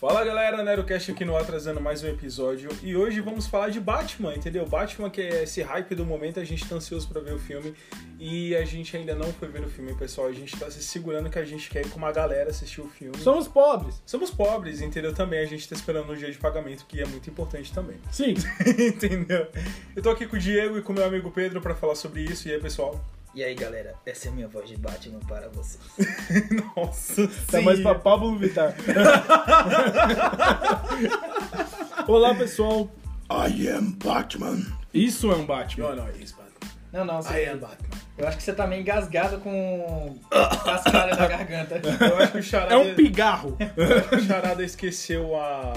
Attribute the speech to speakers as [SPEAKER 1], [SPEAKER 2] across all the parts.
[SPEAKER 1] Fala galera, NeroCast aqui no ar trazendo mais um episódio e hoje vamos falar de Batman, entendeu? Batman que é esse hype do momento, a gente tá ansioso pra ver o filme e a gente ainda não foi ver o filme, pessoal. A gente tá se segurando que a gente quer ir com uma galera assistir o filme.
[SPEAKER 2] Somos pobres.
[SPEAKER 1] Somos pobres, entendeu? Também a gente tá esperando um dia de pagamento, que é muito importante também,
[SPEAKER 2] Sim.
[SPEAKER 1] entendeu? Eu tô aqui com o Diego e com o meu amigo Pedro pra falar sobre isso. E aí, pessoal?
[SPEAKER 3] E aí, galera, essa é a minha voz de Batman para vocês.
[SPEAKER 1] Nossa,
[SPEAKER 2] Tá mais pra Pablo Vittar. Olá, pessoal.
[SPEAKER 4] I am Batman.
[SPEAKER 2] Isso é um Batman.
[SPEAKER 1] Não, não, é isso, mano.
[SPEAKER 3] Não, não, você-
[SPEAKER 1] I am Batman.
[SPEAKER 3] eu acho que você tá meio engasgado com as calhas da garganta.
[SPEAKER 1] Eu acho que o Charada...
[SPEAKER 2] É um pigarro.
[SPEAKER 1] O Charada esqueceu a...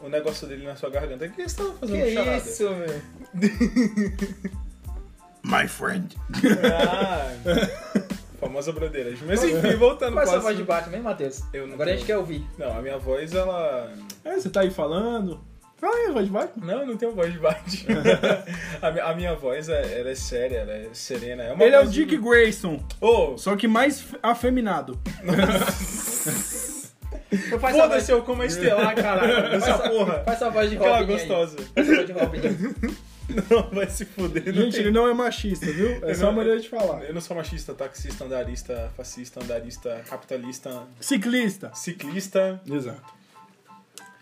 [SPEAKER 1] o negócio dele na sua garganta. O que você tava fazendo
[SPEAKER 3] Que
[SPEAKER 1] com o Charada?
[SPEAKER 3] isso, meu?
[SPEAKER 4] My friend.
[SPEAKER 1] Ah, famosa brodeira. Mas enfim, voltando
[SPEAKER 3] Qual é a sua
[SPEAKER 1] pro
[SPEAKER 3] voz de
[SPEAKER 1] assunto.
[SPEAKER 3] Batman, hein, Matheus?
[SPEAKER 1] Eu não
[SPEAKER 3] Agora a gente quer ouvir.
[SPEAKER 1] Não, a minha voz, ela...
[SPEAKER 2] É, você tá aí falando. Fala aí, vai de Batman.
[SPEAKER 1] Não, eu não tenho voz de Batman. a, mi- a minha voz, é- ela é séria, ela é serena. É uma
[SPEAKER 2] Ele é o
[SPEAKER 1] voz De...
[SPEAKER 2] Dick Grayson,
[SPEAKER 1] Ô,
[SPEAKER 2] só que mais f- afeminado.
[SPEAKER 3] Então faz sua voz,
[SPEAKER 1] foda-se eu como a Estelar, caralho. Essa porra.
[SPEAKER 3] faz sua voz de
[SPEAKER 1] Aquela
[SPEAKER 3] Robin aí.
[SPEAKER 1] gostosa.
[SPEAKER 3] Faz sua voz de Robin.
[SPEAKER 1] Não, vai se fuder. não
[SPEAKER 2] Gente,
[SPEAKER 1] tem-
[SPEAKER 2] ele não é machista, viu? É só uma maneira de falar.
[SPEAKER 1] Eu não sou machista, taxista, andarista, fascista, andarista, capitalista,
[SPEAKER 2] Ciclista.
[SPEAKER 1] ciclista,
[SPEAKER 2] Exato.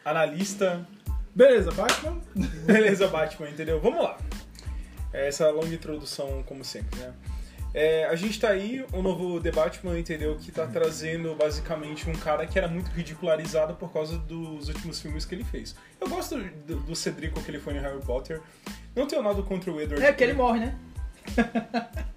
[SPEAKER 1] analista.
[SPEAKER 2] Beleza, Batman.
[SPEAKER 1] Beleza, Batman, entendeu? Vamos lá. É, Essa longa introdução, como sempre, né? É, a gente tá aí, o novo The Batman, entendeu? Que tá trazendo basicamente um cara que era muito ridicularizado por causa dos últimos filmes que ele fez. Eu gosto do, do Cedrico que ele foi no Harry Potter. Não tenho nada contra o Edward.
[SPEAKER 3] É porque ele morre, né?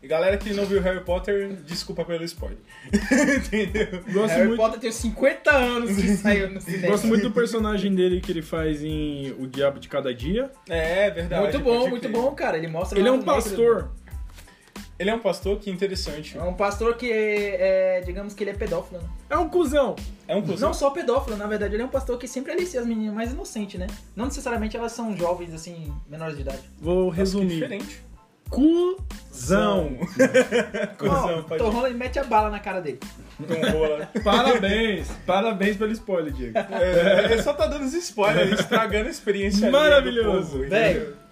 [SPEAKER 1] E galera que não viu Harry Potter, desculpa pelo spoiler. entendeu?
[SPEAKER 2] Gosto
[SPEAKER 3] Harry
[SPEAKER 2] muito.
[SPEAKER 3] Potter tem 50 anos que saiu no cinema.
[SPEAKER 2] Gosto muito do personagem dele que ele faz em O Diabo de Cada Dia.
[SPEAKER 1] É, é verdade. pode
[SPEAKER 3] Muito bom, muito
[SPEAKER 1] crer.
[SPEAKER 3] bom, cara. Ele mostra
[SPEAKER 2] Ele é
[SPEAKER 3] lá
[SPEAKER 2] um
[SPEAKER 3] no meio do-
[SPEAKER 2] pastor.
[SPEAKER 1] Ele é um pastor que interessante.
[SPEAKER 3] É um pastor que é, é, digamos que ele é pedófilo, né?
[SPEAKER 2] É um cuzão.
[SPEAKER 1] É um cuzão.
[SPEAKER 3] Não só pedófilo, na verdade, ele é um pastor que sempre alicia as meninas mais inocentes, né? Não necessariamente elas são jovens, assim, menores de idade.
[SPEAKER 2] Vou
[SPEAKER 1] Nossa, que
[SPEAKER 3] é
[SPEAKER 2] resumir.
[SPEAKER 1] Diferente.
[SPEAKER 2] Cuzão.
[SPEAKER 1] Cuzão,
[SPEAKER 3] Ó,
[SPEAKER 1] pode
[SPEAKER 3] Tom Holland mete a bala na cara dele.
[SPEAKER 1] com rola.
[SPEAKER 2] Parabéns. Parabéns pelo spoiler, Diego.
[SPEAKER 1] É, ele só tá dando os spoilers, estragando a experiência. alheia do
[SPEAKER 2] Maravilhoso.
[SPEAKER 1] povo, entendeu?
[SPEAKER 3] Velho,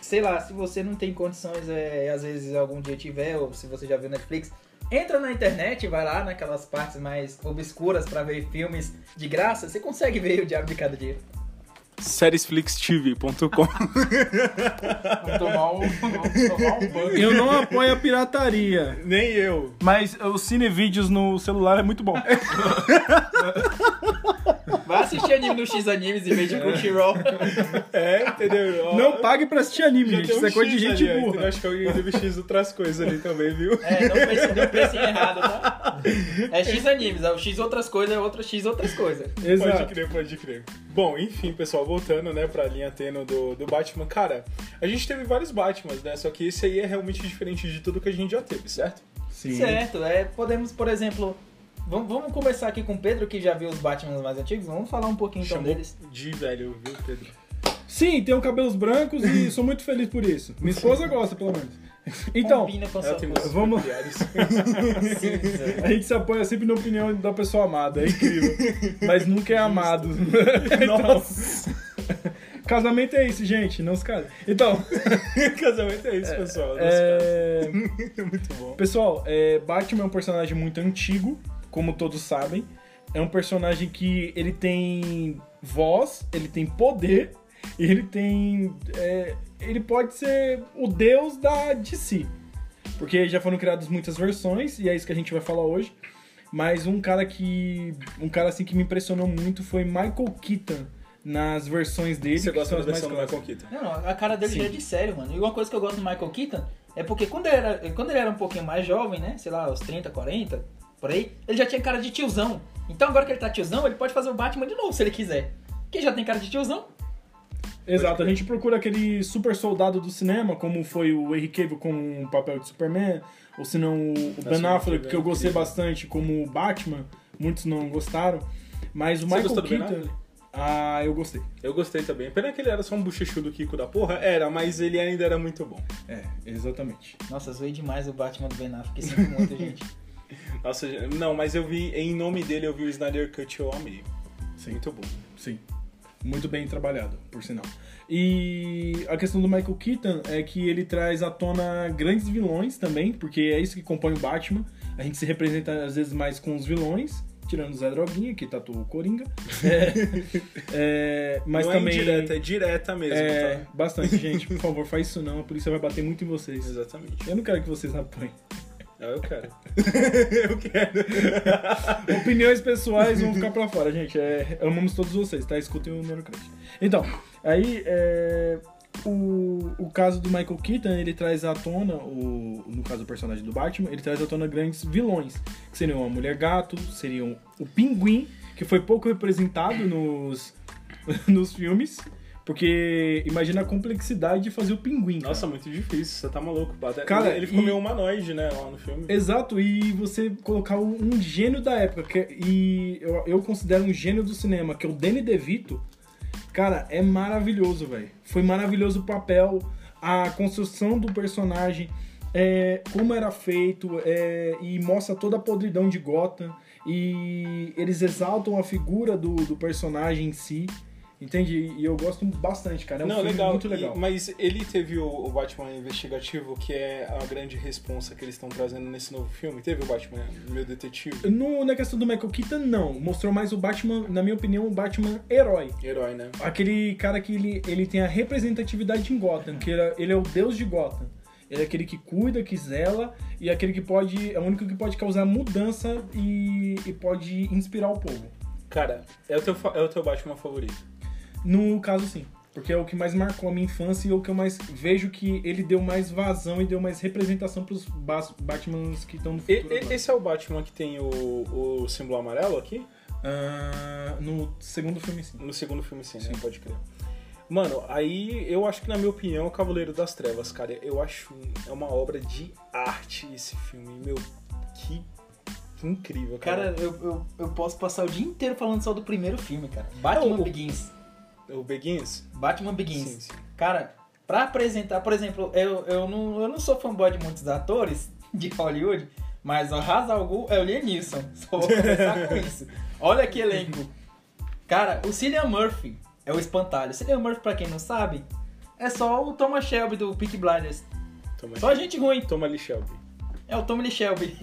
[SPEAKER 3] sei lá, se você não tem condições, é, às vezes algum dia tiver, ou se você já viu Netflix, entra na internet, vai lá naquelas partes mais obscuras pra ver filmes de graça, você consegue ver o Diabo de Cada Dia.
[SPEAKER 1] Seriesflixtv.com
[SPEAKER 3] Vamos tomar um, vamos tomar um banho.
[SPEAKER 2] Eu não apoio a pirataria.
[SPEAKER 1] Nem eu.
[SPEAKER 2] Mas os cinevídeos no celular é muito bom.
[SPEAKER 3] Vai assistir anime no X Animes em vez de Crunchyroll.
[SPEAKER 1] É, entendeu? Ó,
[SPEAKER 2] Não pague pra assistir anime,
[SPEAKER 1] já
[SPEAKER 2] gente.
[SPEAKER 1] tem um
[SPEAKER 2] Isso é coisa de
[SPEAKER 1] X
[SPEAKER 2] gente
[SPEAKER 1] ali, ó, entendeu?
[SPEAKER 2] burra.
[SPEAKER 1] Acho que alguém deve X outras coisas ali também, viu?
[SPEAKER 3] É, não pense, não pense em errado, tá? É X Animes, é o X outras coisas, é outra X outras coisas.
[SPEAKER 1] Pode
[SPEAKER 2] Exato.
[SPEAKER 1] crer, pode crer. Bom, enfim, pessoal, voltando, né, pra linha tênue do, do Batman. Cara, a gente teve vários Batmans, né? Só que esse aí é realmente diferente de tudo que a gente já teve, certo?
[SPEAKER 2] Sim.
[SPEAKER 3] Certo, é, podemos, por exemplo, vamos, vamos começar aqui com o Pedro, que já viu os Batmans mais antigos, vamos falar um pouquinho então
[SPEAKER 1] Chamou
[SPEAKER 3] deles.
[SPEAKER 1] de velho, viu, Pedro?
[SPEAKER 2] Sim, tenho cabelos brancos e sou muito feliz por isso. Minha esposa gosta, pelo menos. Então,
[SPEAKER 3] Combina com
[SPEAKER 1] Ela
[SPEAKER 3] sua
[SPEAKER 1] tem
[SPEAKER 3] cor.
[SPEAKER 1] gostos
[SPEAKER 2] vamos-
[SPEAKER 1] peculiares.
[SPEAKER 3] cinza.
[SPEAKER 2] a gente se apoia sempre na opinião da pessoa amada. É incrível. Mas nunca é amado.
[SPEAKER 1] Nossa,
[SPEAKER 2] Casamento é isso, gente. Não se case. Então,
[SPEAKER 1] casamento é isso, pessoal.
[SPEAKER 2] é...
[SPEAKER 1] Muito bom.
[SPEAKER 2] Pessoal, é, Batman é um personagem muito antigo, como todos sabem. É um personagem que ele tem voz, ele tem poder, e ele tem. é, ele pode ser o deus da DC. Porque já foram criadas muitas versões, e é isso que a gente vai falar hoje. Mas um cara que. Um cara assim que me impressionou muito foi Michael Keaton nas versões dele.
[SPEAKER 1] Você
[SPEAKER 2] que
[SPEAKER 1] gosta
[SPEAKER 2] são
[SPEAKER 1] da
[SPEAKER 2] as mais
[SPEAKER 1] versão do
[SPEAKER 2] clássicas.
[SPEAKER 1] Michael Keaton?
[SPEAKER 3] Não, não, a cara dele
[SPEAKER 2] Sim.
[SPEAKER 3] já é de sério, mano. E uma coisa que eu gosto do Michael Keaton é porque quando ele era, quando ele era um pouquinho mais jovem, né? Sei lá, uns 30, 40, por aí, ele já tinha cara de tiozão. Então agora que ele tá tiozão, ele pode fazer o Batman de novo, se ele quiser. Quem já tem cara de tiozão?
[SPEAKER 2] Exato, a gente procura aquele super soldado do cinema, como foi o Henry Cavill com o papel de Superman, ou se não o Ben
[SPEAKER 1] Superman
[SPEAKER 2] Affleck, que eu gostei
[SPEAKER 1] é incrível.
[SPEAKER 2] bastante, como o Batman, muitos não gostaram, mas o
[SPEAKER 1] Você
[SPEAKER 2] Michael
[SPEAKER 1] gostou do Ben
[SPEAKER 2] Keaton...
[SPEAKER 1] Affleck?
[SPEAKER 2] Ah, eu gostei.
[SPEAKER 1] Eu gostei também. Pena que ele era só um bochechudo Kiko da porra. Era, mas ele ainda era muito bom.
[SPEAKER 2] É, exatamente.
[SPEAKER 3] Nossa, zoei demais o Batman do Ben Affleck, sinto muito, gente.
[SPEAKER 1] Nossa, não, mas eu vi, em nome dele, eu vi o Snyder Cut e eu amei.
[SPEAKER 2] Sim.
[SPEAKER 1] Muito bom.
[SPEAKER 2] Sim. Muito bem trabalhado, por sinal. E a questão do Michael Keaton é que ele traz à tona grandes vilões também, porque é isso que compõe o Batman. A gente se representa às vezes mais com os vilões, tirando o Zé Droguinha, que tatuou o Coringa. É, é, mas
[SPEAKER 1] Não
[SPEAKER 2] também.
[SPEAKER 1] é indireta, é direta mesmo,
[SPEAKER 2] é,
[SPEAKER 1] tá?
[SPEAKER 2] bastante, gente. Por favor, faz isso não, a polícia vai bater muito em vocês.
[SPEAKER 1] Exatamente.
[SPEAKER 2] Eu não quero que vocês apanhem.
[SPEAKER 1] Ah, eu quero. eu quero.
[SPEAKER 2] Opiniões pessoais vão ficar pra fora, gente. É, amamos todos vocês, tá? Escutem o Neurocrash. Então, aí é, o, o caso do Michael Keaton, ele traz à tona, o, no caso do personagem do Batman, ele traz à tona grandes vilões, que seriam a Mulher Gato, seriam o Pinguim, que foi pouco representado nos, nos filmes, porque imagina a complexidade de fazer o Pinguim. cara.
[SPEAKER 1] Nossa, muito difícil, você tá maluco. Até-
[SPEAKER 2] Cara,
[SPEAKER 1] ele, ele ficou
[SPEAKER 2] e-
[SPEAKER 1] meio humanoide, né, lá no filme.
[SPEAKER 2] Exato, e você colocar um gênio da época, que- é, e eu, eu considero um gênio do cinema, que é o Danny DeVito, cara, é maravilhoso, velho. Foi maravilhoso o papel, a construção do personagem, é, como era feito, é, e mostra toda a podridão de Gotham, e eles exaltam a figura do, do personagem em si, entende? E eu gosto bastante, cara. É um
[SPEAKER 1] Não,
[SPEAKER 2] filme
[SPEAKER 1] legal.
[SPEAKER 2] muito
[SPEAKER 1] E-
[SPEAKER 2] legal.
[SPEAKER 1] mas ele teve o, o Batman investigativo, que é a grande responsa que eles estão trazendo nesse novo filme. Teve o Batman, meu detetive,
[SPEAKER 2] No- na questão do Michael Keaton, não. Mostrou mais o Batman, na minha opinião, o Batman herói.
[SPEAKER 1] herói, né?
[SPEAKER 2] Aquele cara que ele, ele tem a representatividade em Gotham, que ele é, ele é o deus de Gotham. Ele é aquele que cuida, que zela, e é aquele que pode. É o único que pode causar mudança e, e pode inspirar o povo.
[SPEAKER 1] Cara, é o teu, fa- é o teu Batman favorito.
[SPEAKER 2] No caso, sim. Porque é o que mais marcou a minha infância e é o que eu mais vejo que ele deu mais vazão e deu mais representação pros Bas- Batmans que estão no
[SPEAKER 1] E-
[SPEAKER 2] futuro.
[SPEAKER 1] e-
[SPEAKER 2] agora.
[SPEAKER 1] esse é o Batman que tem o, o símbolo amarelo aqui?
[SPEAKER 2] Ah, no segundo filme, sim.
[SPEAKER 1] No segundo filme, sim, né? Pode crer. Mano, aí eu acho que, na minha opinião, é o Cavaleiro das Trevas, cara. Eu acho. um- É uma obra de arte esse filme. Meu, que, que incrível, cara.
[SPEAKER 3] Cara, eu, eu, eu posso passar o dia inteiro falando só do primeiro filme, cara. Batman
[SPEAKER 1] Não, o-
[SPEAKER 3] Begins.
[SPEAKER 1] O Begins?
[SPEAKER 3] Batman Begins.
[SPEAKER 1] Sim, sim.
[SPEAKER 3] Cara, pra apresentar, por exemplo, eu, eu, não, eu não sou fanboy de muitos atores de Hollywood, mas o Ra's al Ghul é o Liam Neeson. Só vou começar com isso. Olha que elenco. Cara, o Cillian Murphy é o espantalho. Cillian Murphy, pra quem não sabe, é só o Thomas Shelby do Peaky Blinders.
[SPEAKER 1] Toma,
[SPEAKER 3] Só gente ruim.
[SPEAKER 1] Toma ali, Shelby.
[SPEAKER 3] É o Tommy Lee Shelby.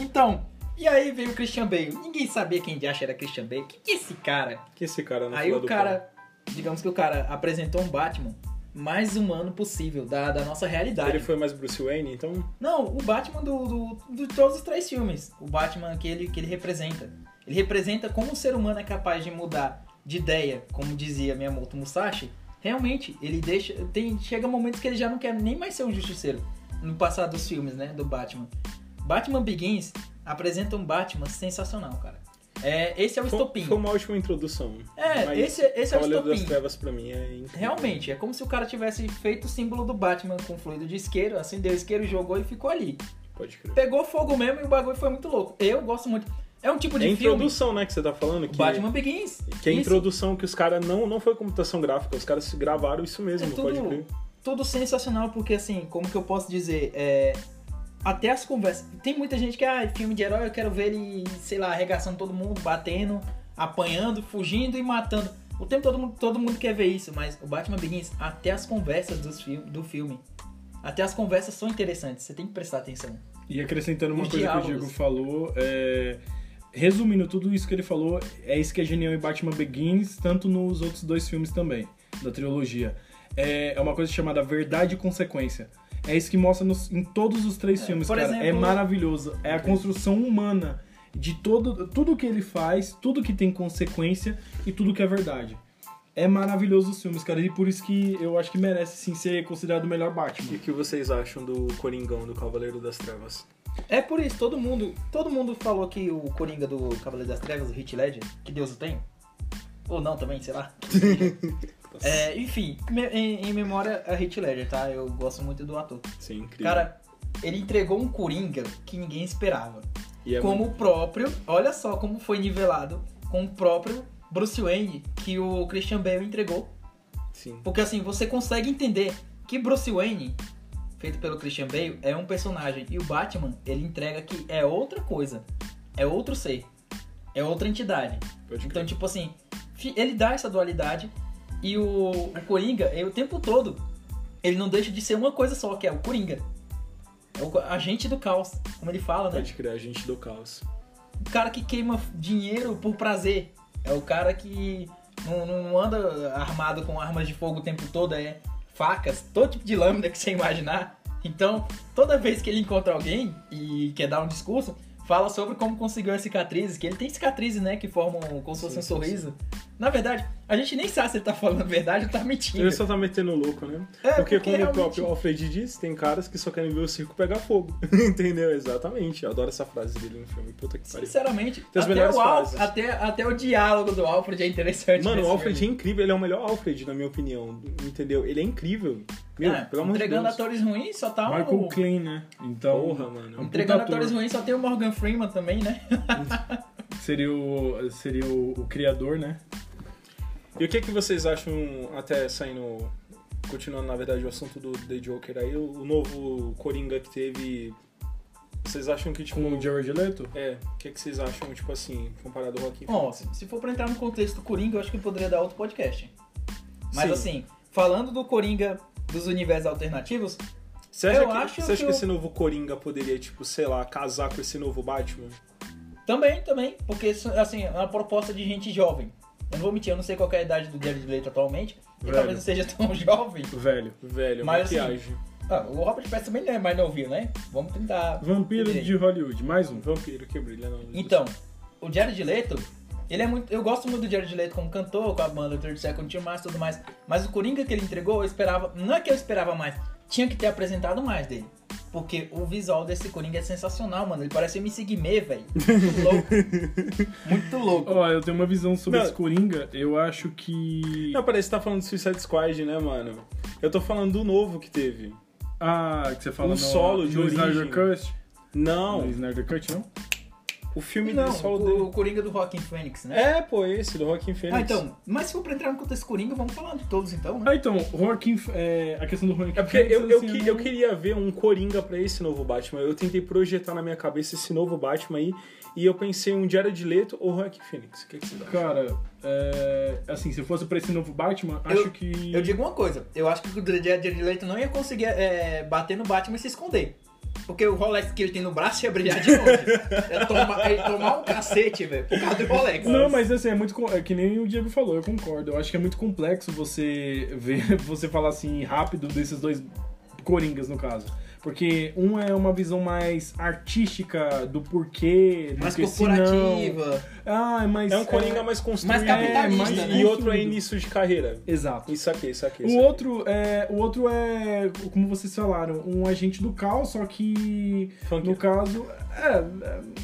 [SPEAKER 3] então, e aí veio o Christian Bale. Ninguém sabia quem de acha era Christian Bale. Que que é esse cara?
[SPEAKER 1] Que esse cara não
[SPEAKER 3] Aí o cara, digamos que o cara apresentou um Batman mais humano possível, da, da nossa realidade.
[SPEAKER 1] Ele foi mais Bruce Wayne, então.
[SPEAKER 3] Não, o Batman do, do- de todos os três filmes. O Batman que ele, que ele representa. Ele representa como o ser humano é capaz de mudar de ideia, como dizia Miyamoto Musashi. Realmente, ele deixa. Tem, chega momentos que ele já não quer nem mais ser um justiceiro. No passado dos filmes, né? Do Batman. Batman Begins apresenta um Batman sensacional, cara. É, esse é o
[SPEAKER 1] Foi,
[SPEAKER 3] estopim.
[SPEAKER 1] foi um- uma ótima introdução.
[SPEAKER 3] É,
[SPEAKER 1] mas
[SPEAKER 3] esse, esse é o
[SPEAKER 1] Cavaleiro das
[SPEAKER 3] estopim.
[SPEAKER 1] Trevas pra mim é incrível.
[SPEAKER 3] Realmente, é como se o cara tivesse feito o símbolo do Batman com fluido de isqueiro, acendeu o isqueiro, jogou e ficou ali.
[SPEAKER 1] Pode crer.
[SPEAKER 3] Pegou fogo mesmo e o bagulho foi muito louco. Eu gosto muito. É um tipo
[SPEAKER 1] É
[SPEAKER 3] de
[SPEAKER 1] a
[SPEAKER 3] filme.
[SPEAKER 1] introdução, né, que você tá falando?
[SPEAKER 3] O
[SPEAKER 1] Que,
[SPEAKER 3] Batman Begins.
[SPEAKER 1] Que é a
[SPEAKER 3] Isso.
[SPEAKER 1] introdução que os caras não, não foi computação gráfica, os caras se gravaram isso mesmo,
[SPEAKER 3] É
[SPEAKER 1] pode
[SPEAKER 3] tudo-
[SPEAKER 1] crer.
[SPEAKER 3] Tudo sensacional, porque assim, como que eu posso dizer? É, Até as conversas. Tem muita gente que, ah, filme de herói, eu quero ver ele, sei lá, arregaçando todo mundo, batendo, apanhando, fugindo e matando. O tempo todo mundo, todo mundo quer ver isso, mas o Batman Begins, até as conversas dos fi- do filme. Até as conversas são interessantes, você tem que prestar atenção.
[SPEAKER 2] E acrescentando uma
[SPEAKER 3] Os
[SPEAKER 2] coisa que o
[SPEAKER 3] diálogos.
[SPEAKER 2] Diego falou, é, resumindo tudo isso que ele falou, é isso que é genial em Batman Begins, tanto nos outros dois filmes também, da trilogia. É, é uma coisa chamada verdade e consequência. É isso que mostra nos- em todos os três filmes,
[SPEAKER 3] por
[SPEAKER 2] cara. é
[SPEAKER 3] exemplo-
[SPEAKER 2] maravilhoso. É a construção humana de todo, tudo que ele faz, tudo que tem consequência e tudo que é verdade. É maravilhoso os filmes, cara, e por isso que eu acho que merece sim ser considerado o melhor
[SPEAKER 1] E
[SPEAKER 2] Batman.
[SPEAKER 1] o que vocês acham do Coringão, do Cavaleiro das Trevas?
[SPEAKER 3] É por isso, todo mundo, todo mundo falou que o Coringa do Cavaleiro das Trevas, o Hit Ledger, que Deus o tem. Ou não também, sei lá. É, enfim, me- em, em memória a Hit Ledger, tá? Eu gosto muito do ator.
[SPEAKER 1] Sim, é incrível.
[SPEAKER 3] Cara, ele entregou um Coringa que ninguém esperava.
[SPEAKER 1] e é
[SPEAKER 3] como o próprio, olha só como foi nivelado com o próprio Bruce Wayne que o Christian Bale entregou
[SPEAKER 1] muito- Sim.
[SPEAKER 3] porque assim, você consegue entender que Bruce Wayne, feito pelo Christian Bale, é um personagem. E o Batman, ele entrega que é outra coisa. É outro ser. é outra entidade.
[SPEAKER 1] Pode
[SPEAKER 3] Então, tipo assim, fi- ele dá essa dualidade e o, o Coringa, é o tempo todo, ele não deixa de ser uma coisa só, que é o Coringa. É o co- agente do caos, como ele fala, né?
[SPEAKER 1] Pode crer, a gente do caos.
[SPEAKER 3] O cara que queima dinheiro por prazer. É o cara que não, não anda armado com armas de fogo o tempo todo, é facas, todo tipo de lâmina que você imaginar. Então, toda vez que ele encontra alguém e quer dar um discurso, fala sobre como conseguiu as cicatrizes, que ele tem cicatrizes, né, que formam como se fosse
[SPEAKER 1] Sim,
[SPEAKER 3] um
[SPEAKER 1] sim,
[SPEAKER 3] sorriso. Na verdade, a gente nem sabe se ele tá falando a verdade ou tá mentindo.
[SPEAKER 1] Ele só tá metendo louco, né?
[SPEAKER 3] É,
[SPEAKER 1] porque,
[SPEAKER 3] porque
[SPEAKER 1] como
[SPEAKER 3] realmente-
[SPEAKER 1] o próprio Alfred disse, tem caras que só querem ver o circo pegar fogo. Entendeu? Exatamente. Eu adoro essa frase dele no filme. Puta que
[SPEAKER 3] é
[SPEAKER 1] pariu.
[SPEAKER 3] Sinceramente,
[SPEAKER 1] as
[SPEAKER 3] até
[SPEAKER 1] melhores
[SPEAKER 3] o, Al-
[SPEAKER 1] frases.
[SPEAKER 3] até, até o diálogo do Alfred é interessante.
[SPEAKER 1] Mano, o
[SPEAKER 3] nesse
[SPEAKER 1] Alfred
[SPEAKER 3] filme.
[SPEAKER 1] é incrível. Ele é o melhor Alfred, na minha opinião. Entendeu? Ele é incrível. Meu,
[SPEAKER 3] Ah,
[SPEAKER 1] pelo amor de
[SPEAKER 3] entregando
[SPEAKER 1] Deus.
[SPEAKER 3] atores ruins, só tá
[SPEAKER 2] Michael
[SPEAKER 3] o...
[SPEAKER 2] Klein, né? Então,
[SPEAKER 1] Porra, mano. é
[SPEAKER 2] um
[SPEAKER 3] Entregando
[SPEAKER 2] puta
[SPEAKER 3] atores
[SPEAKER 2] ator.
[SPEAKER 3] ruins só tem o Morgan Freeman também, né?
[SPEAKER 2] seria o, seria o, o criador, né?
[SPEAKER 1] E o que, que vocês acham, até saindo. Continuando, na verdade, o assunto do The Joker aí, o o novo Coringa que teve. Vocês acham que, tipo.
[SPEAKER 3] Hum.
[SPEAKER 2] Com o um Jared Leto.
[SPEAKER 1] É, o que, que vocês acham, tipo assim, comparado ao Joaquim
[SPEAKER 3] Bom, se se for pra entrar no contexto do Coringa, eu acho que poderia dar outro podcast. Mas
[SPEAKER 1] Sim.
[SPEAKER 3] assim, falando do Coringa dos universos alternativos,
[SPEAKER 1] Você acha,
[SPEAKER 3] eu
[SPEAKER 1] que,
[SPEAKER 3] acho
[SPEAKER 1] você acha
[SPEAKER 3] que
[SPEAKER 1] que
[SPEAKER 3] o-
[SPEAKER 1] esse novo Coringa poderia, tipo, sei lá, casar com esse novo Batman?
[SPEAKER 3] também, também, porque isso, assim, é uma proposta de gente jovem. Eu não vou mentir, eu não sei qual que é a idade do Jared Leto atualmente, e
[SPEAKER 2] Velho.
[SPEAKER 3] talvez não seja tão jovem.
[SPEAKER 2] Velho.
[SPEAKER 1] Velho,
[SPEAKER 3] Mas,
[SPEAKER 1] maquiagem.
[SPEAKER 3] Ah, o Robert Pattinson também não é mais novinho, né? Vamos tentar...
[SPEAKER 2] Vampiro
[SPEAKER 3] entender.
[SPEAKER 2] de Hollywood, mais um.
[SPEAKER 1] Vampiro que brilha na luz.
[SPEAKER 3] Então, o Jared Leto, ele é muito. Eu gosto muito do Jared Leto como cantor, com a banda 30 Second to Mars e tudo mais. Mas o Coringa que ele entregou, eu esperava. Não é que eu esperava mais, tinha que ter apresentado mais dele. Porque o visual desse Coringa é sensacional, mano. Ele parece o MC Guimê, velho. Muito louco. Muito louco.
[SPEAKER 2] Ó, eu tenho uma visão sobre
[SPEAKER 1] Não.
[SPEAKER 2] esse Coringa. Eu acho que.
[SPEAKER 1] Não, parece que tá falando do Suicide Squad, né, mano? Eu tô falando do novo que teve.
[SPEAKER 2] Ah, que você fala
[SPEAKER 1] Um
[SPEAKER 2] no,
[SPEAKER 1] solo de
[SPEAKER 2] no Snyder
[SPEAKER 1] origem.
[SPEAKER 2] Cut.
[SPEAKER 1] Não,
[SPEAKER 2] No Snyder Cut, não?
[SPEAKER 1] o filme
[SPEAKER 3] Não,
[SPEAKER 1] do solo
[SPEAKER 3] o, o
[SPEAKER 1] dele.
[SPEAKER 3] Coringa do Rockin' Phoenix, né?
[SPEAKER 1] É, pô, esse, do Rockin' Phoenix.
[SPEAKER 3] Ah, então. Mas se for pra entrar no contexto Coringa, vamos falar de todos então, né?
[SPEAKER 2] Ah, então, Joaquim, é, a questão do Joaquim
[SPEAKER 1] É porque
[SPEAKER 2] Phoenix,
[SPEAKER 1] eu, eu,
[SPEAKER 2] assim,
[SPEAKER 1] que-
[SPEAKER 2] não-
[SPEAKER 1] eu queria ver um Coringa pra esse novo Batman. Eu tentei projetar na minha cabeça esse novo Batman aí. E eu pensei um Jared Leto ou Joaquim Phoenix. O que, que você acha?
[SPEAKER 2] Cara, é, assim, se eu fosse pra esse novo Batman, acho que.
[SPEAKER 3] Eu digo uma coisa, eu acho que o Jared Leto não ia conseguir é, bater no Batman e se esconder. Porque o Rolex que ele tem no braço ia brilhar de longe. É tomar, é tomar um cacete, velho, por causa do Rolex.
[SPEAKER 2] Não, mas assim, é muito. co- É que nem o Diego falou, eu concordo. Eu acho que é muito complexo você ver, você falar assim rápido desses dois Coringas, no caso. Porque um é uma visão mais artística do porquê, do
[SPEAKER 3] Mais
[SPEAKER 2] que se não.
[SPEAKER 3] corporativa.
[SPEAKER 2] Ah, mas.
[SPEAKER 1] É um Coringa mais construído.
[SPEAKER 3] Mais capitalista,
[SPEAKER 1] e,
[SPEAKER 3] né?
[SPEAKER 1] e outro é início de carreira.
[SPEAKER 2] Exato.
[SPEAKER 1] Isso aqui, isso aqui.
[SPEAKER 2] O outro, é, o outro é, como vocês falaram, um agente do caos, só que no caso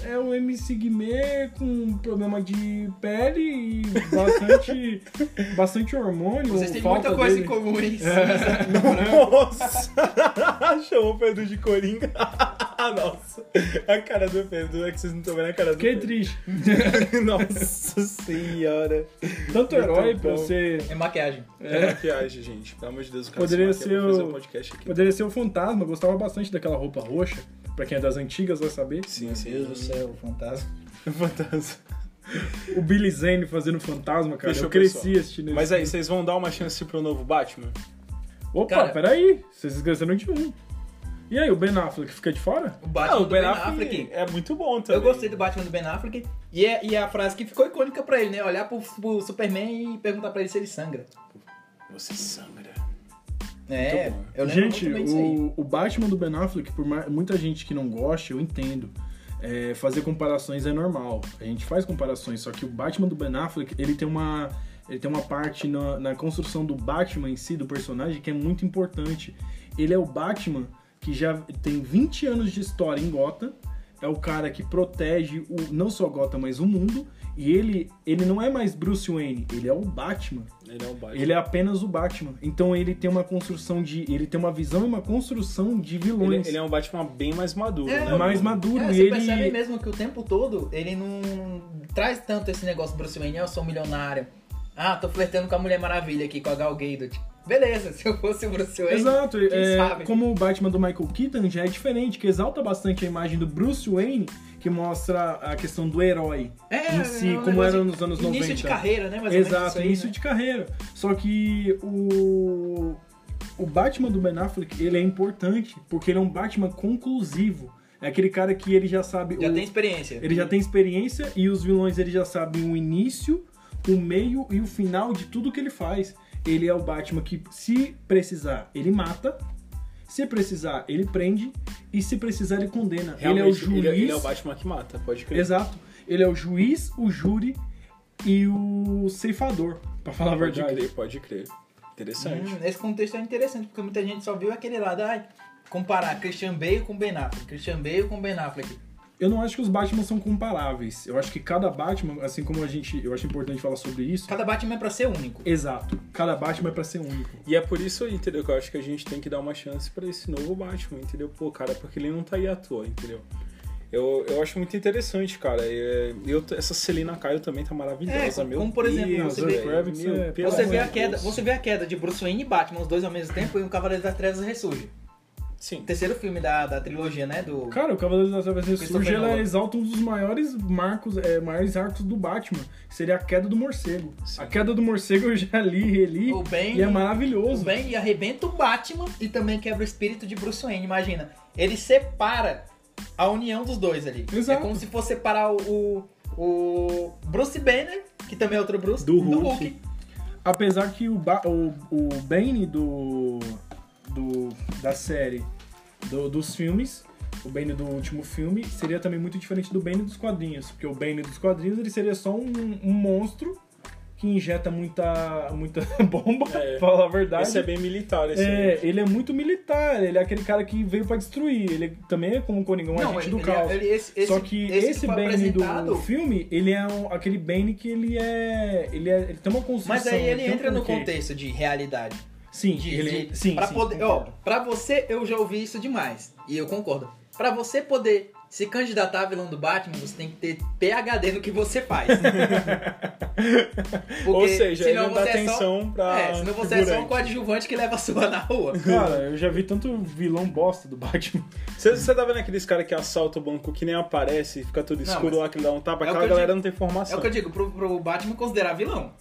[SPEAKER 2] é, é um MC Guimê com um problema de pele e bastante, bastante hormônio.
[SPEAKER 3] Vocês têm
[SPEAKER 2] falta
[SPEAKER 3] muita coisa
[SPEAKER 2] dele.
[SPEAKER 3] em comum, hein?
[SPEAKER 1] Nossa! Chamou o Pedro de Coringa. Nossa. A cara do Pedro. É que vocês não estão vendo a cara do
[SPEAKER 2] Fiquei
[SPEAKER 1] Pedro.
[SPEAKER 2] triste.
[SPEAKER 1] Nossa senhora.
[SPEAKER 2] Tanto herói
[SPEAKER 1] Muito
[SPEAKER 2] pra
[SPEAKER 1] bom.
[SPEAKER 2] você.
[SPEAKER 3] É maquiagem.
[SPEAKER 1] É maquiagem, gente. Pelo amor de Deus, o cara
[SPEAKER 2] Poderia
[SPEAKER 1] se maquia
[SPEAKER 2] ser
[SPEAKER 1] pra fazer
[SPEAKER 2] o-
[SPEAKER 1] um podcast aqui.
[SPEAKER 2] Poderia ser o fantasma, eu gostava bastante daquela roupa roxa. Pra quem é das antigas vai saber.
[SPEAKER 1] Sim, sim.
[SPEAKER 3] céu, fantasma.
[SPEAKER 1] Fantasma.
[SPEAKER 2] O Billy Zane fazendo fantasma, cara.
[SPEAKER 1] Fechou,
[SPEAKER 2] eu cresci
[SPEAKER 1] pessoal.
[SPEAKER 2] assistindo
[SPEAKER 1] Mas
[SPEAKER 2] isso.
[SPEAKER 3] é
[SPEAKER 1] aí, vocês vão dar uma chance pro novo Batman?
[SPEAKER 2] Opa,
[SPEAKER 3] Cara-
[SPEAKER 2] peraí. Vocês esqueceram de um. E aí, o Ben Affleck fica de fora?
[SPEAKER 3] Ah, O Batman do Ben Affleck.
[SPEAKER 1] é muito bom também.
[SPEAKER 3] Eu gostei do Batman do Ben Affleck. E, é- e a frase que ficou icônica pra ele, né? Olhar pro, pro Superman e perguntar pra ele se ele sangra.
[SPEAKER 1] Você sangra.
[SPEAKER 3] É,
[SPEAKER 1] Muito bom.
[SPEAKER 3] eu lembro
[SPEAKER 2] gente,
[SPEAKER 3] muito bem disso aí.
[SPEAKER 2] o, o Batman do Ben Affleck, por ma- muita gente que não gosta, eu entendo. É, fazer comparações é normal. A gente faz comparações, só que o Batman do Ben Affleck, ele tem uma, ele tem uma parte na, na construção do Batman em si, do personagem, que é muito importante. Ele é o Batman que já tem 20 anos de história em Gotham. É o cara que protege o, não só Gotham, mas o mundo. E ele, ele não é mais Bruce Wayne, ele é o Batman.
[SPEAKER 1] Ele é um Batman.
[SPEAKER 2] Ele é apenas o Batman. Então ele tem uma construção de. Ele tem uma visão e uma construção de
[SPEAKER 1] Ele,
[SPEAKER 2] vilões.
[SPEAKER 1] ele é um Batman bem mais maduro,
[SPEAKER 3] É,
[SPEAKER 1] né?
[SPEAKER 2] mais
[SPEAKER 1] mano?
[SPEAKER 2] maduro.
[SPEAKER 3] É,
[SPEAKER 2] e
[SPEAKER 3] você
[SPEAKER 2] ele.
[SPEAKER 3] percebe mesmo que o tempo todo ele não traz um tanto esse negócio Bruce Wayne, "Ah, eu sou milionário. Ah, tô flertando com a Mulher Maravilha aqui, com a Gal Gadot. beleza, se eu fosse o Bruce Wayne,
[SPEAKER 2] Exato,
[SPEAKER 3] quem
[SPEAKER 2] é,
[SPEAKER 3] sabe?
[SPEAKER 2] como o Batman do Michael Keaton já é diferente, que exalta bastante a imagem do Bruce Wayne, que mostra a questão do herói
[SPEAKER 3] É,
[SPEAKER 2] em si,
[SPEAKER 3] um
[SPEAKER 2] como
[SPEAKER 3] negócio
[SPEAKER 2] era
[SPEAKER 3] de
[SPEAKER 2] nos anos 90.
[SPEAKER 3] Início de carreira, né? Mais ou menos
[SPEAKER 2] Exato,
[SPEAKER 3] isso aí,
[SPEAKER 2] início
[SPEAKER 3] né?
[SPEAKER 2] de carreira. Só que o o Batman do Ben Affleck, ele é importante porque ele é um Batman conclusivo. É aquele cara que ele já sabe
[SPEAKER 3] Já
[SPEAKER 2] o-
[SPEAKER 3] tem experiência.
[SPEAKER 2] ele já tem experiência e os vilões ele já sabem o início, o meio e o final de tudo que ele faz. Ele é o Batman que, se precisar, ele mata. Se precisar, ele prende. E se precisar, ele condena. ele é o
[SPEAKER 1] Realmente,
[SPEAKER 2] juiz.
[SPEAKER 1] Ele, ele é o Batman que mata, pode crer.
[SPEAKER 2] Exato. Ele é o juiz, o júri e o ceifador, pra falar a
[SPEAKER 1] pode
[SPEAKER 2] verdade.
[SPEAKER 1] crer, pode crer. Interessante.
[SPEAKER 3] Hum, esse contexto é interessante, porque muita gente só viu aquele lado, ai, comparar Christian Bale com Ben Affleck, Christian Bale com Ben Affleck.
[SPEAKER 2] Eu não acho que os Batman são comparáveis. Eu acho que cada Batman, assim como a gente, eu acho importante falar sobre isso.
[SPEAKER 3] Cada Batman é pra ser único.
[SPEAKER 2] Exato. Cada Batman é pra ser único.
[SPEAKER 1] E é por isso, entendeu, que eu acho que a gente tem que dar uma chance pra esse novo Batman, entendeu? Pô, cara, porque ele não tá aí à toa, entendeu? Eu, eu acho muito interessante, cara. É, Eu, essa Selena Kyle também tá maravilhosa,
[SPEAKER 3] É,
[SPEAKER 1] meu.
[SPEAKER 3] como por exemplo,
[SPEAKER 1] Deus,
[SPEAKER 3] você vê-
[SPEAKER 1] velho,
[SPEAKER 2] Kravitz
[SPEAKER 1] meu,
[SPEAKER 2] é-
[SPEAKER 1] pelo
[SPEAKER 3] Você
[SPEAKER 1] amor
[SPEAKER 3] vê,
[SPEAKER 1] de
[SPEAKER 3] a queda,
[SPEAKER 1] Deus.
[SPEAKER 3] você vê a queda de Bruce Wayne e Batman, os dois ao mesmo tempo, e o Cavaleiro das Trevas ressurge.
[SPEAKER 1] Sim.
[SPEAKER 3] O terceiro filme da, da trilogia, né? Do...
[SPEAKER 2] Cara, o Cavaleiro das Trevas Ressurge
[SPEAKER 3] Christopher
[SPEAKER 2] ela
[SPEAKER 3] Nolan.
[SPEAKER 2] exalta um dos maiores marcos, é, maiores arcos do Batman, que seria a queda do morcego.
[SPEAKER 1] Sim.
[SPEAKER 2] A queda do morcego eu já li, reli,
[SPEAKER 3] O Ben-
[SPEAKER 2] e é
[SPEAKER 3] O
[SPEAKER 2] maravilhoso.
[SPEAKER 3] Ben e arrebenta o Batman e também quebra o espírito de Bruce Wayne, imagina. Ele separa a união dos dois ali.
[SPEAKER 2] Exato.
[SPEAKER 3] É como se fosse separar o, o, o Bruce Banner, que também é outro Bruce,
[SPEAKER 1] Do
[SPEAKER 3] do
[SPEAKER 1] Hulk.
[SPEAKER 3] Hulk.
[SPEAKER 2] Apesar que o, ba o, o Bane do, do- da série, do- dos filmes, o Bane do último filme, seria também muito diferente do Bane dos quadrinhos, porque o Bane dos quadrinhos ele seria só um, um monstro que injeta muita, muita bomba,
[SPEAKER 1] É.
[SPEAKER 2] pra falar a verdade.
[SPEAKER 1] Esse é bem militar, esse
[SPEAKER 2] É,
[SPEAKER 1] aí.
[SPEAKER 2] ele é muito militar, ele é aquele cara que veio pra destruir. Ele também é como o Coringão, um agente do caos.
[SPEAKER 3] ele- esse, esse,
[SPEAKER 2] Só que
[SPEAKER 3] esse,
[SPEAKER 2] esse
[SPEAKER 3] foi
[SPEAKER 2] Bane
[SPEAKER 3] apresentado,
[SPEAKER 2] do filme, ele é um- aquele Bane que ele é. Ele é. Ele tem uma construção.
[SPEAKER 3] Mas aí ele
[SPEAKER 2] tem um
[SPEAKER 3] entra no
[SPEAKER 2] porquê.
[SPEAKER 3] contexto de realidade.
[SPEAKER 2] Sim,
[SPEAKER 3] De,
[SPEAKER 2] ele.
[SPEAKER 3] de-
[SPEAKER 2] sim,
[SPEAKER 3] pra
[SPEAKER 2] sim,
[SPEAKER 3] poder, ó,
[SPEAKER 2] concordo.
[SPEAKER 3] pra você eu já ouvi isso demais. E eu concordo. Pra você poder se candidatar a vilão do Batman, você tem que ter PhD no que você faz. Porque
[SPEAKER 1] Ou seja,
[SPEAKER 3] senão
[SPEAKER 1] ele não dá
[SPEAKER 3] você é só-
[SPEAKER 1] atenção pra.
[SPEAKER 3] É, senão você é só um
[SPEAKER 1] figurante.
[SPEAKER 3] coadjuvante que leva a sua na rua.
[SPEAKER 2] Cara, eu já vi tanto vilão bosta do Batman.
[SPEAKER 1] Você, você tá vendo aqueles caras que assaltam o banco que nem aparece, fica tudo
[SPEAKER 3] Não,
[SPEAKER 1] escuro
[SPEAKER 3] mas-
[SPEAKER 1] lá, que ele dá um tapa,
[SPEAKER 3] É o
[SPEAKER 1] aquela
[SPEAKER 3] que eu
[SPEAKER 1] galera
[SPEAKER 3] digo.
[SPEAKER 1] não tem
[SPEAKER 3] É
[SPEAKER 1] formação.
[SPEAKER 3] o que eu digo, pro, pro Batman considerar vilão.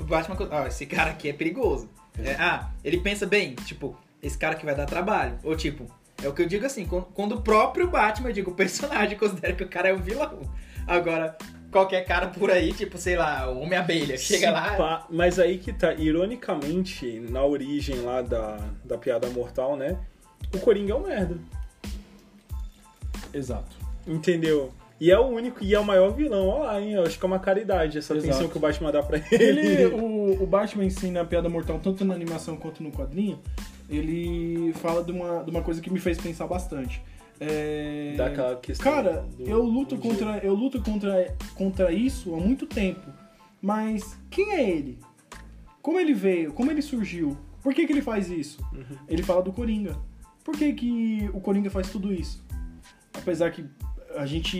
[SPEAKER 3] O Batman, ah, esse cara aqui é perigoso. É, ah, ele pensa bem, tipo, esse cara que vai dar trabalho. Ou tipo, é o que eu digo assim, quando, quando o próprio Batman, eu digo, o personagem considera que o cara é um vilão. Agora, qualquer cara por aí, tipo, sei lá, o Homem-Abelha, chega
[SPEAKER 1] Se
[SPEAKER 3] lá.
[SPEAKER 1] pá, mas aí que tá, ironicamente, na origem lá da, da piada mortal, né? O Coringa é um merda.
[SPEAKER 2] Exato.
[SPEAKER 1] Entendeu? E é o único e é o maior vilão. Olha lá, hein? Eu acho que é uma caridade essa
[SPEAKER 2] Exato.
[SPEAKER 1] atenção que o Batman dá pra
[SPEAKER 2] Ele, é
[SPEAKER 1] ele.
[SPEAKER 2] o, o Batman ensina a piada mortal tanto na animação quanto no quadrinho. Ele fala de uma, de uma coisa que me fez pensar bastante. É...
[SPEAKER 1] Dá aquela questão
[SPEAKER 2] Cara,
[SPEAKER 1] do-
[SPEAKER 2] eu luto
[SPEAKER 1] do
[SPEAKER 2] contra eu luto contra contra isso há muito tempo. Mas quem é ele? Como ele veio? Como ele surgiu? Por que, que ele faz isso?
[SPEAKER 3] Uhum.
[SPEAKER 2] Ele fala do Coringa. Por que, que o Coringa faz tudo isso? Apesar que a gente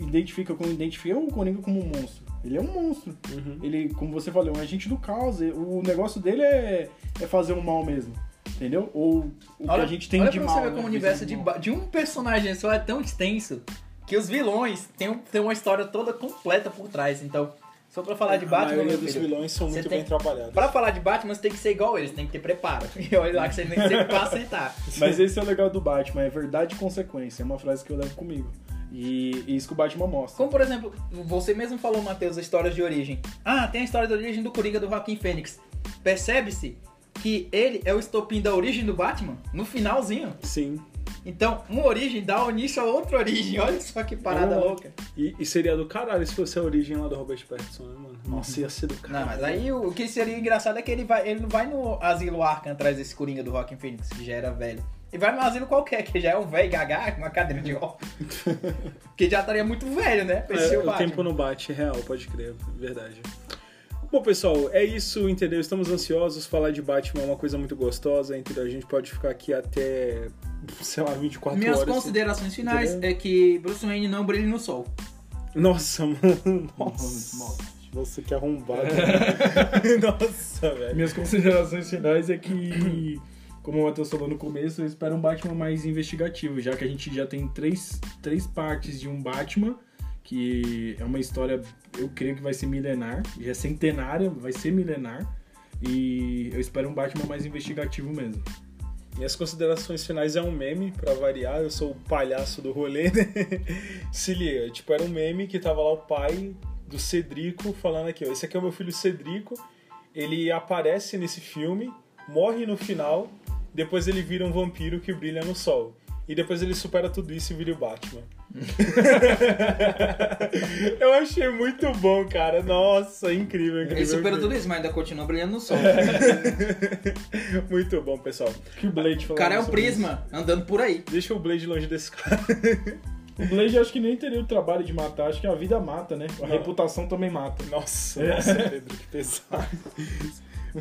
[SPEAKER 2] identifica como identifica o Coringa como um monstro. Ele é um monstro.
[SPEAKER 1] Uhum.
[SPEAKER 2] Ele, como você falou, é um agente do caos. O negócio dele é, é fazer o mal mesmo. Entendeu? Ou o que a gente tem
[SPEAKER 3] olha
[SPEAKER 2] de
[SPEAKER 3] pra
[SPEAKER 2] mal.
[SPEAKER 3] você ver
[SPEAKER 2] né?
[SPEAKER 3] como
[SPEAKER 2] Visão
[SPEAKER 3] o universo
[SPEAKER 2] do
[SPEAKER 3] de,
[SPEAKER 2] mal.
[SPEAKER 3] ba- de um personagem só é tão extenso que os vilões têm, um- têm uma história toda completa por trás. Então, só pra falar de
[SPEAKER 1] A
[SPEAKER 3] Batman,
[SPEAKER 1] maioria
[SPEAKER 3] meu
[SPEAKER 1] dos
[SPEAKER 3] filho,
[SPEAKER 1] vilões são
[SPEAKER 3] Você
[SPEAKER 1] muito
[SPEAKER 3] tem-
[SPEAKER 1] bem trabalhados.
[SPEAKER 3] Pra falar de Batman, você tem que ser igual eles, tem que ter preparo. E olha lá que você tem que ser pra aceitar.
[SPEAKER 2] Mas esse é o legal do Batman, é verdade e consequência. É uma frase que eu levo comigo. E, e isso que o Batman mostra.
[SPEAKER 3] Como, por exemplo, você mesmo falou, Matheus, as histórias de origem. Ah, tem a história de origem do Coringa do Joaquim Fênix. Percebe-se que ele é o estopim da origem do Batman no finalzinho.
[SPEAKER 1] Sim.
[SPEAKER 3] Então, uma origem dá início a outra origem. Olha só que parada
[SPEAKER 1] Vamos lá.
[SPEAKER 3] louca.
[SPEAKER 1] E, e seria do caralho se fosse a origem lá do Robert Pattinson, né, mano? Nossa, ia ser do caralho.
[SPEAKER 3] Uhum. Não, mas aí o o que seria engraçado é que ele vai, ele não vai no asilo Arkham atrás desse Coringa do Joaquim Phoenix, que já era velho. E vai no asilo qualquer, que já é um velho gagá com uma cadeira de óculos. que já estaria muito velho, né? pra esse
[SPEAKER 1] É,
[SPEAKER 3] seu
[SPEAKER 1] o
[SPEAKER 3] Batman.
[SPEAKER 1] tempo não bate, real, pode crer, verdade. Bom, pessoal, é isso, entendeu? Estamos ansiosos. Falar de Batman é uma coisa muito gostosa, entendeu? A gente pode ficar aqui até, sei lá, 24
[SPEAKER 3] Minhas
[SPEAKER 1] horas.
[SPEAKER 3] considerações finais
[SPEAKER 1] entendeu?
[SPEAKER 3] é que Bruce Wayne não brilha no sol.
[SPEAKER 1] Nossa, mano. Nossa.
[SPEAKER 2] Nossa.
[SPEAKER 5] Nossa, que é arrombado.
[SPEAKER 1] Nossa, velho.
[SPEAKER 2] Minhas considerações finais é que, como o Matheus falou no começo, eu espero um Batman mais investigativo, já que a gente já tem três, três partes de um Batman, que é uma história, eu creio que vai ser milenar, já é centenária, vai ser milenar, e eu espero um Batman mais investigativo mesmo.
[SPEAKER 1] Minhas considerações finais é um meme, pra variar, eu sou o palhaço do rolê, né? Se liga, tipo, era um meme que tava lá o pai do Cedrico falando aqui, ó, esse aqui é o meu filho Cedrico, ele aparece nesse filme, morre no final, depois ele vira um vampiro que brilha no sol. E depois ele supera tudo isso e vira o Batman. eu achei muito bom, cara. Nossa, incrível, incrível.
[SPEAKER 3] Ele supera
[SPEAKER 1] incrível.
[SPEAKER 3] tudo isso, mas ainda continua brilhando no sol.
[SPEAKER 1] Muito bom, pessoal.
[SPEAKER 2] Que o Blade
[SPEAKER 3] O
[SPEAKER 2] falou
[SPEAKER 3] cara é o
[SPEAKER 2] sobre isso. né?
[SPEAKER 3] Prisma, andando por aí.
[SPEAKER 1] Deixa o Blade longe desse cara.
[SPEAKER 2] O Blade acho que nem teria o trabalho de matar, acho que a vida mata, né? A
[SPEAKER 1] Não.
[SPEAKER 2] reputação também mata.
[SPEAKER 1] Nossa,
[SPEAKER 5] Nossa, Pedro, que pesado.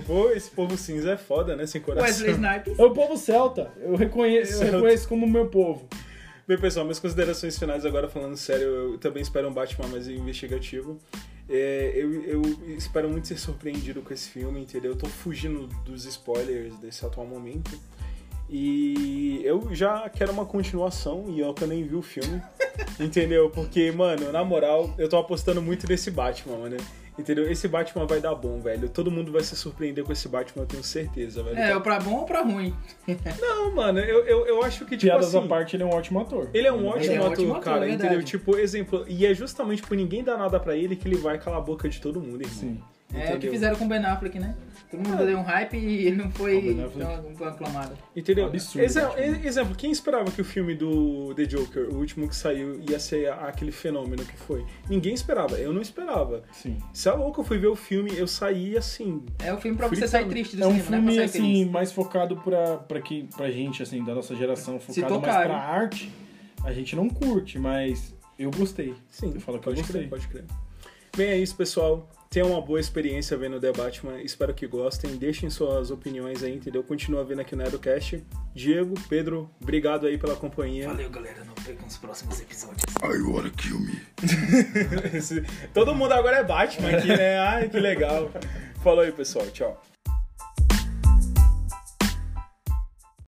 [SPEAKER 1] Pô, esse povo cinza é foda, né? Sem coração.
[SPEAKER 3] Wesley Snipes.
[SPEAKER 2] É o povo celta, eu reconheço, eu
[SPEAKER 1] Celta.
[SPEAKER 2] reconheço como meu povo.
[SPEAKER 1] Tipo Bem, pessoal, minhas considerações finais agora, falando sério, eu também espero um Batman mais investigativo. É, eu, eu espero muito ser surpreendido com esse filme, entendeu? Eu tô fugindo dos spoilers desse atual momento. E eu já quero uma continuação e eu também vi o filme, entendeu? Porque, mano, na moral, eu tô apostando muito nesse Batman, mano. Entendeu? Esse Batman vai dar bom, velho. Todo mundo vai se surpreender com esse Batman, eu tenho certeza, velho.
[SPEAKER 3] É, ou pra bom ou pra ruim.
[SPEAKER 1] Não, mano, eu, eu, eu acho que, tipo
[SPEAKER 2] Piadas
[SPEAKER 1] assim...
[SPEAKER 2] à parte, ele é um ótimo ator.
[SPEAKER 1] Ele é um
[SPEAKER 3] Ele
[SPEAKER 1] ótimo
[SPEAKER 3] é um
[SPEAKER 1] ator,
[SPEAKER 3] ótimo ator,
[SPEAKER 1] cara,
[SPEAKER 3] é verdade.
[SPEAKER 1] entendeu? Tipo, exemplo, e é justamente por ninguém dar nada pra ele que ele vai calar a boca de todo mundo, irmão.
[SPEAKER 2] Sim.
[SPEAKER 3] É o que
[SPEAKER 1] Entendeu?
[SPEAKER 3] fizeram com o Ben Affleck, né? Todo mundo deu um hype e ele não
[SPEAKER 2] Ah, o
[SPEAKER 3] foi
[SPEAKER 2] Ben Affleck.
[SPEAKER 3] tão tão aclamado.
[SPEAKER 1] Entendeu?
[SPEAKER 2] Absurdo,
[SPEAKER 1] Exe-
[SPEAKER 3] tipo.
[SPEAKER 2] Batman.
[SPEAKER 1] exemplo, quem esperava que o filme do The Joker, o último que saiu, ia ser aquele fenômeno que foi? Ninguém esperava, eu não esperava.
[SPEAKER 2] Sim.
[SPEAKER 1] Se é louco, eu fui ver o filme, eu saí assim.
[SPEAKER 3] É o filme pra você
[SPEAKER 1] Fritz
[SPEAKER 3] sair
[SPEAKER 1] é-
[SPEAKER 3] triste do
[SPEAKER 2] É um
[SPEAKER 3] cinema, né?
[SPEAKER 2] filme,
[SPEAKER 3] Pra sair
[SPEAKER 2] assim,
[SPEAKER 3] feliz.
[SPEAKER 2] mais focado pra, pra, que, pra gente, assim, da nossa geração, focado mais
[SPEAKER 3] tocar,
[SPEAKER 2] pra
[SPEAKER 3] né?
[SPEAKER 2] arte. A gente não curte, mas eu gostei.
[SPEAKER 1] Sim,
[SPEAKER 2] Eu falo que eu
[SPEAKER 1] pode
[SPEAKER 2] gostei.
[SPEAKER 1] crer, pode crer. Bem, é isso, pessoal. Tenham uma boa experiência vendo The Batman. Espero que gostem. Deixem suas opiniões aí, entendeu? Continua vendo aqui no Aerocast. Diego, Pedro, obrigado aí pela companhia.
[SPEAKER 3] Valeu, galera. Não percam os próximos episódios.
[SPEAKER 4] Oh, you wanna kill me?
[SPEAKER 1] Esse- Todo mundo agora é Batman aqui, né? Ai, que legal. Falou aí, pessoal. Tchau.